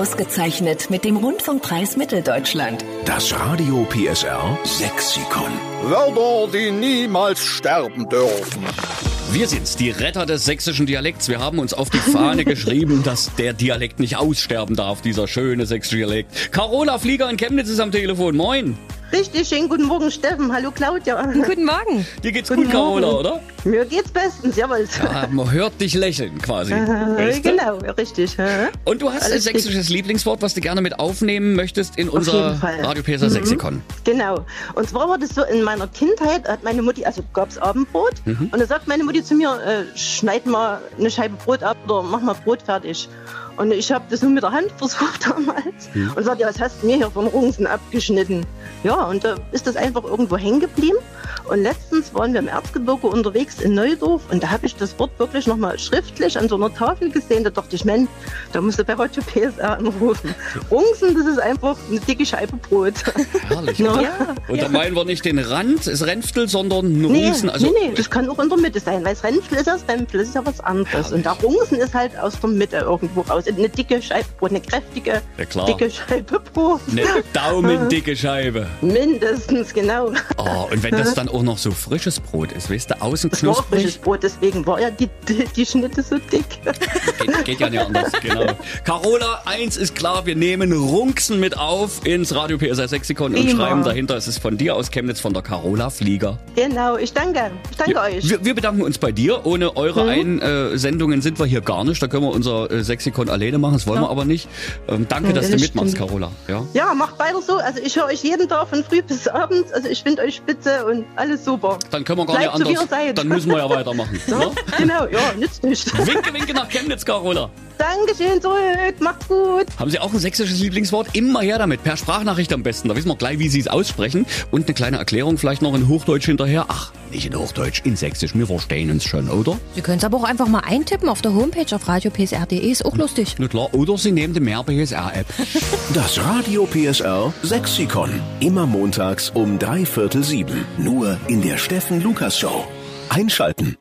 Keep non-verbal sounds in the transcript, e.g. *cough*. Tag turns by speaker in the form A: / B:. A: ausgezeichnet mit dem Rundfunkpreis Mitteldeutschland.
B: Das Radio PSR Sexikon.
C: Wörter, die niemals sterben dürfen.
D: Wir sind's, die Retter des sächsischen Dialekts. Wir haben uns auf die
E: *laughs*
D: Fahne geschrieben, dass der Dialekt nicht aussterben darf, dieser schöne sächsische Dialekt. Carola Flieger in Chemnitz ist am Telefon. Moin.
E: Richtig, schönen guten Morgen, Steffen. Hallo, Claudia.
F: Guten Morgen.
D: Dir geht's
E: Guten
D: gut, Carola,
E: Morgen.
D: oder?
E: Mir geht's bestens, jawohl.
D: Ah, man hört dich lächeln quasi.
E: Äh,
D: Weißt du?
E: genau, richtig. Äh.
D: Und du hast ein
E: Alles
D: sächsisches Lieblingswort, was du gerne mit aufnehmen möchtest in unser
E: jeden Fall. Mhm.
D: Radio PSR Sexikon.
E: Genau. Und zwar war das so, in meiner Kindheit hat meine Mutti, also gab's Abendbrot. Und da sagt meine Mutti zu mir, äh, schneid mal eine Scheibe Brot ab oder mach mal Brot fertig. Und ich habe das nur mit der Hand *laughs* versucht damals. Und sagte, ja, was hast du mir hier von Rungsen abgeschnitten? Ja, und da ist das einfach irgendwo hängen geblieben. Und letztens waren wir im Erzgebirge unterwegs in Neudorf und da habe ich das Wort wirklich nochmal schriftlich an so einer Tafel gesehen. Da dachte ich, Mensch, da musst du bei Radio PSR anrufen. Rungsen, das ist einfach eine dicke Scheibe Brot.
D: Herrlich.
E: Ja.
D: oder? Und da meinen wir nicht den Rand, ist Renftel, sondern einen
E: Nee,
D: Rusen. Also,
E: nee, nee, das kann auch in der Mitte sein, weil das Renfel ist das Renfel, das ist ja was anderes. Und der Runsen ist halt aus der Mitte irgendwo raus. Eine dicke Scheibe Brot, eine kräftige,
D: Ja, klar.
E: dicke Scheibe Brot.
D: eine daumendicke Scheibe.
E: Mindestens, genau.
D: Oh, und wenn das dann auch noch so frisches Brot ist, weißt du, außen
E: Das war frisches
D: knusprig,
E: Brot, deswegen war ja die, die, die Schnitte so dick. *laughs*
D: geht, geht ja nicht anders, genau. Carola, eins ist klar, wir nehmen Runksen mit auf ins Radio PSR Sexikon und
E: Prima.
D: schreiben dahinter, es ist von dir aus Chemnitz, von der Carola Flieger.
E: genau, ich danke. Ich danke euch. Hm?
D: Wir, wir bedanken uns bei dir. Ohne eure Einsendungen sind wir hier gar nicht. Da können wir unser äh, Sexikon alleine machen. Das wollen wir aber nicht. Ähm, danke, dass
E: das
D: du mitmachst,
E: stimmt.
D: Carola. Ja.
E: ja, macht weiter so. Also ich höre euch jeden Tag von früh bis abends. Also ich finde euch spitze und alles super.
D: Dann können wir gar
E: Bleibt
D: nicht
E: so, wie ihr
D: anders.
E: seid.
D: Dann müssen wir ja weitermachen.
E: *laughs*
D: ne?
E: genau, ja, nützt nicht.
D: Winke, winke nach Chemnitz, Carola.
E: Dankeschön zurück, macht's gut.
D: Haben Sie auch ein sächsisches Lieblingswort? Immer her damit. Per Sprachnachricht am besten. Da wissen wir gleich, wie Sie es aussprechen. Und eine kleine Erklärung vielleicht noch in Hochdeutsch hinterher. Ach, nicht in Hochdeutsch, in Sächsisch. Wir verstehen uns schon, oder?
F: Sie können es aber auch einfach mal eintippen auf der Homepage auf radiopsr.de, e, ist auch lustig.
D: Na klar. Oder Sie nehmen die mehr PSR-App.
B: Das Radio PSR Sexikon. Immer montags um drei Viertel sieben. Nur in der Steffen Lukas Show. Einschalten.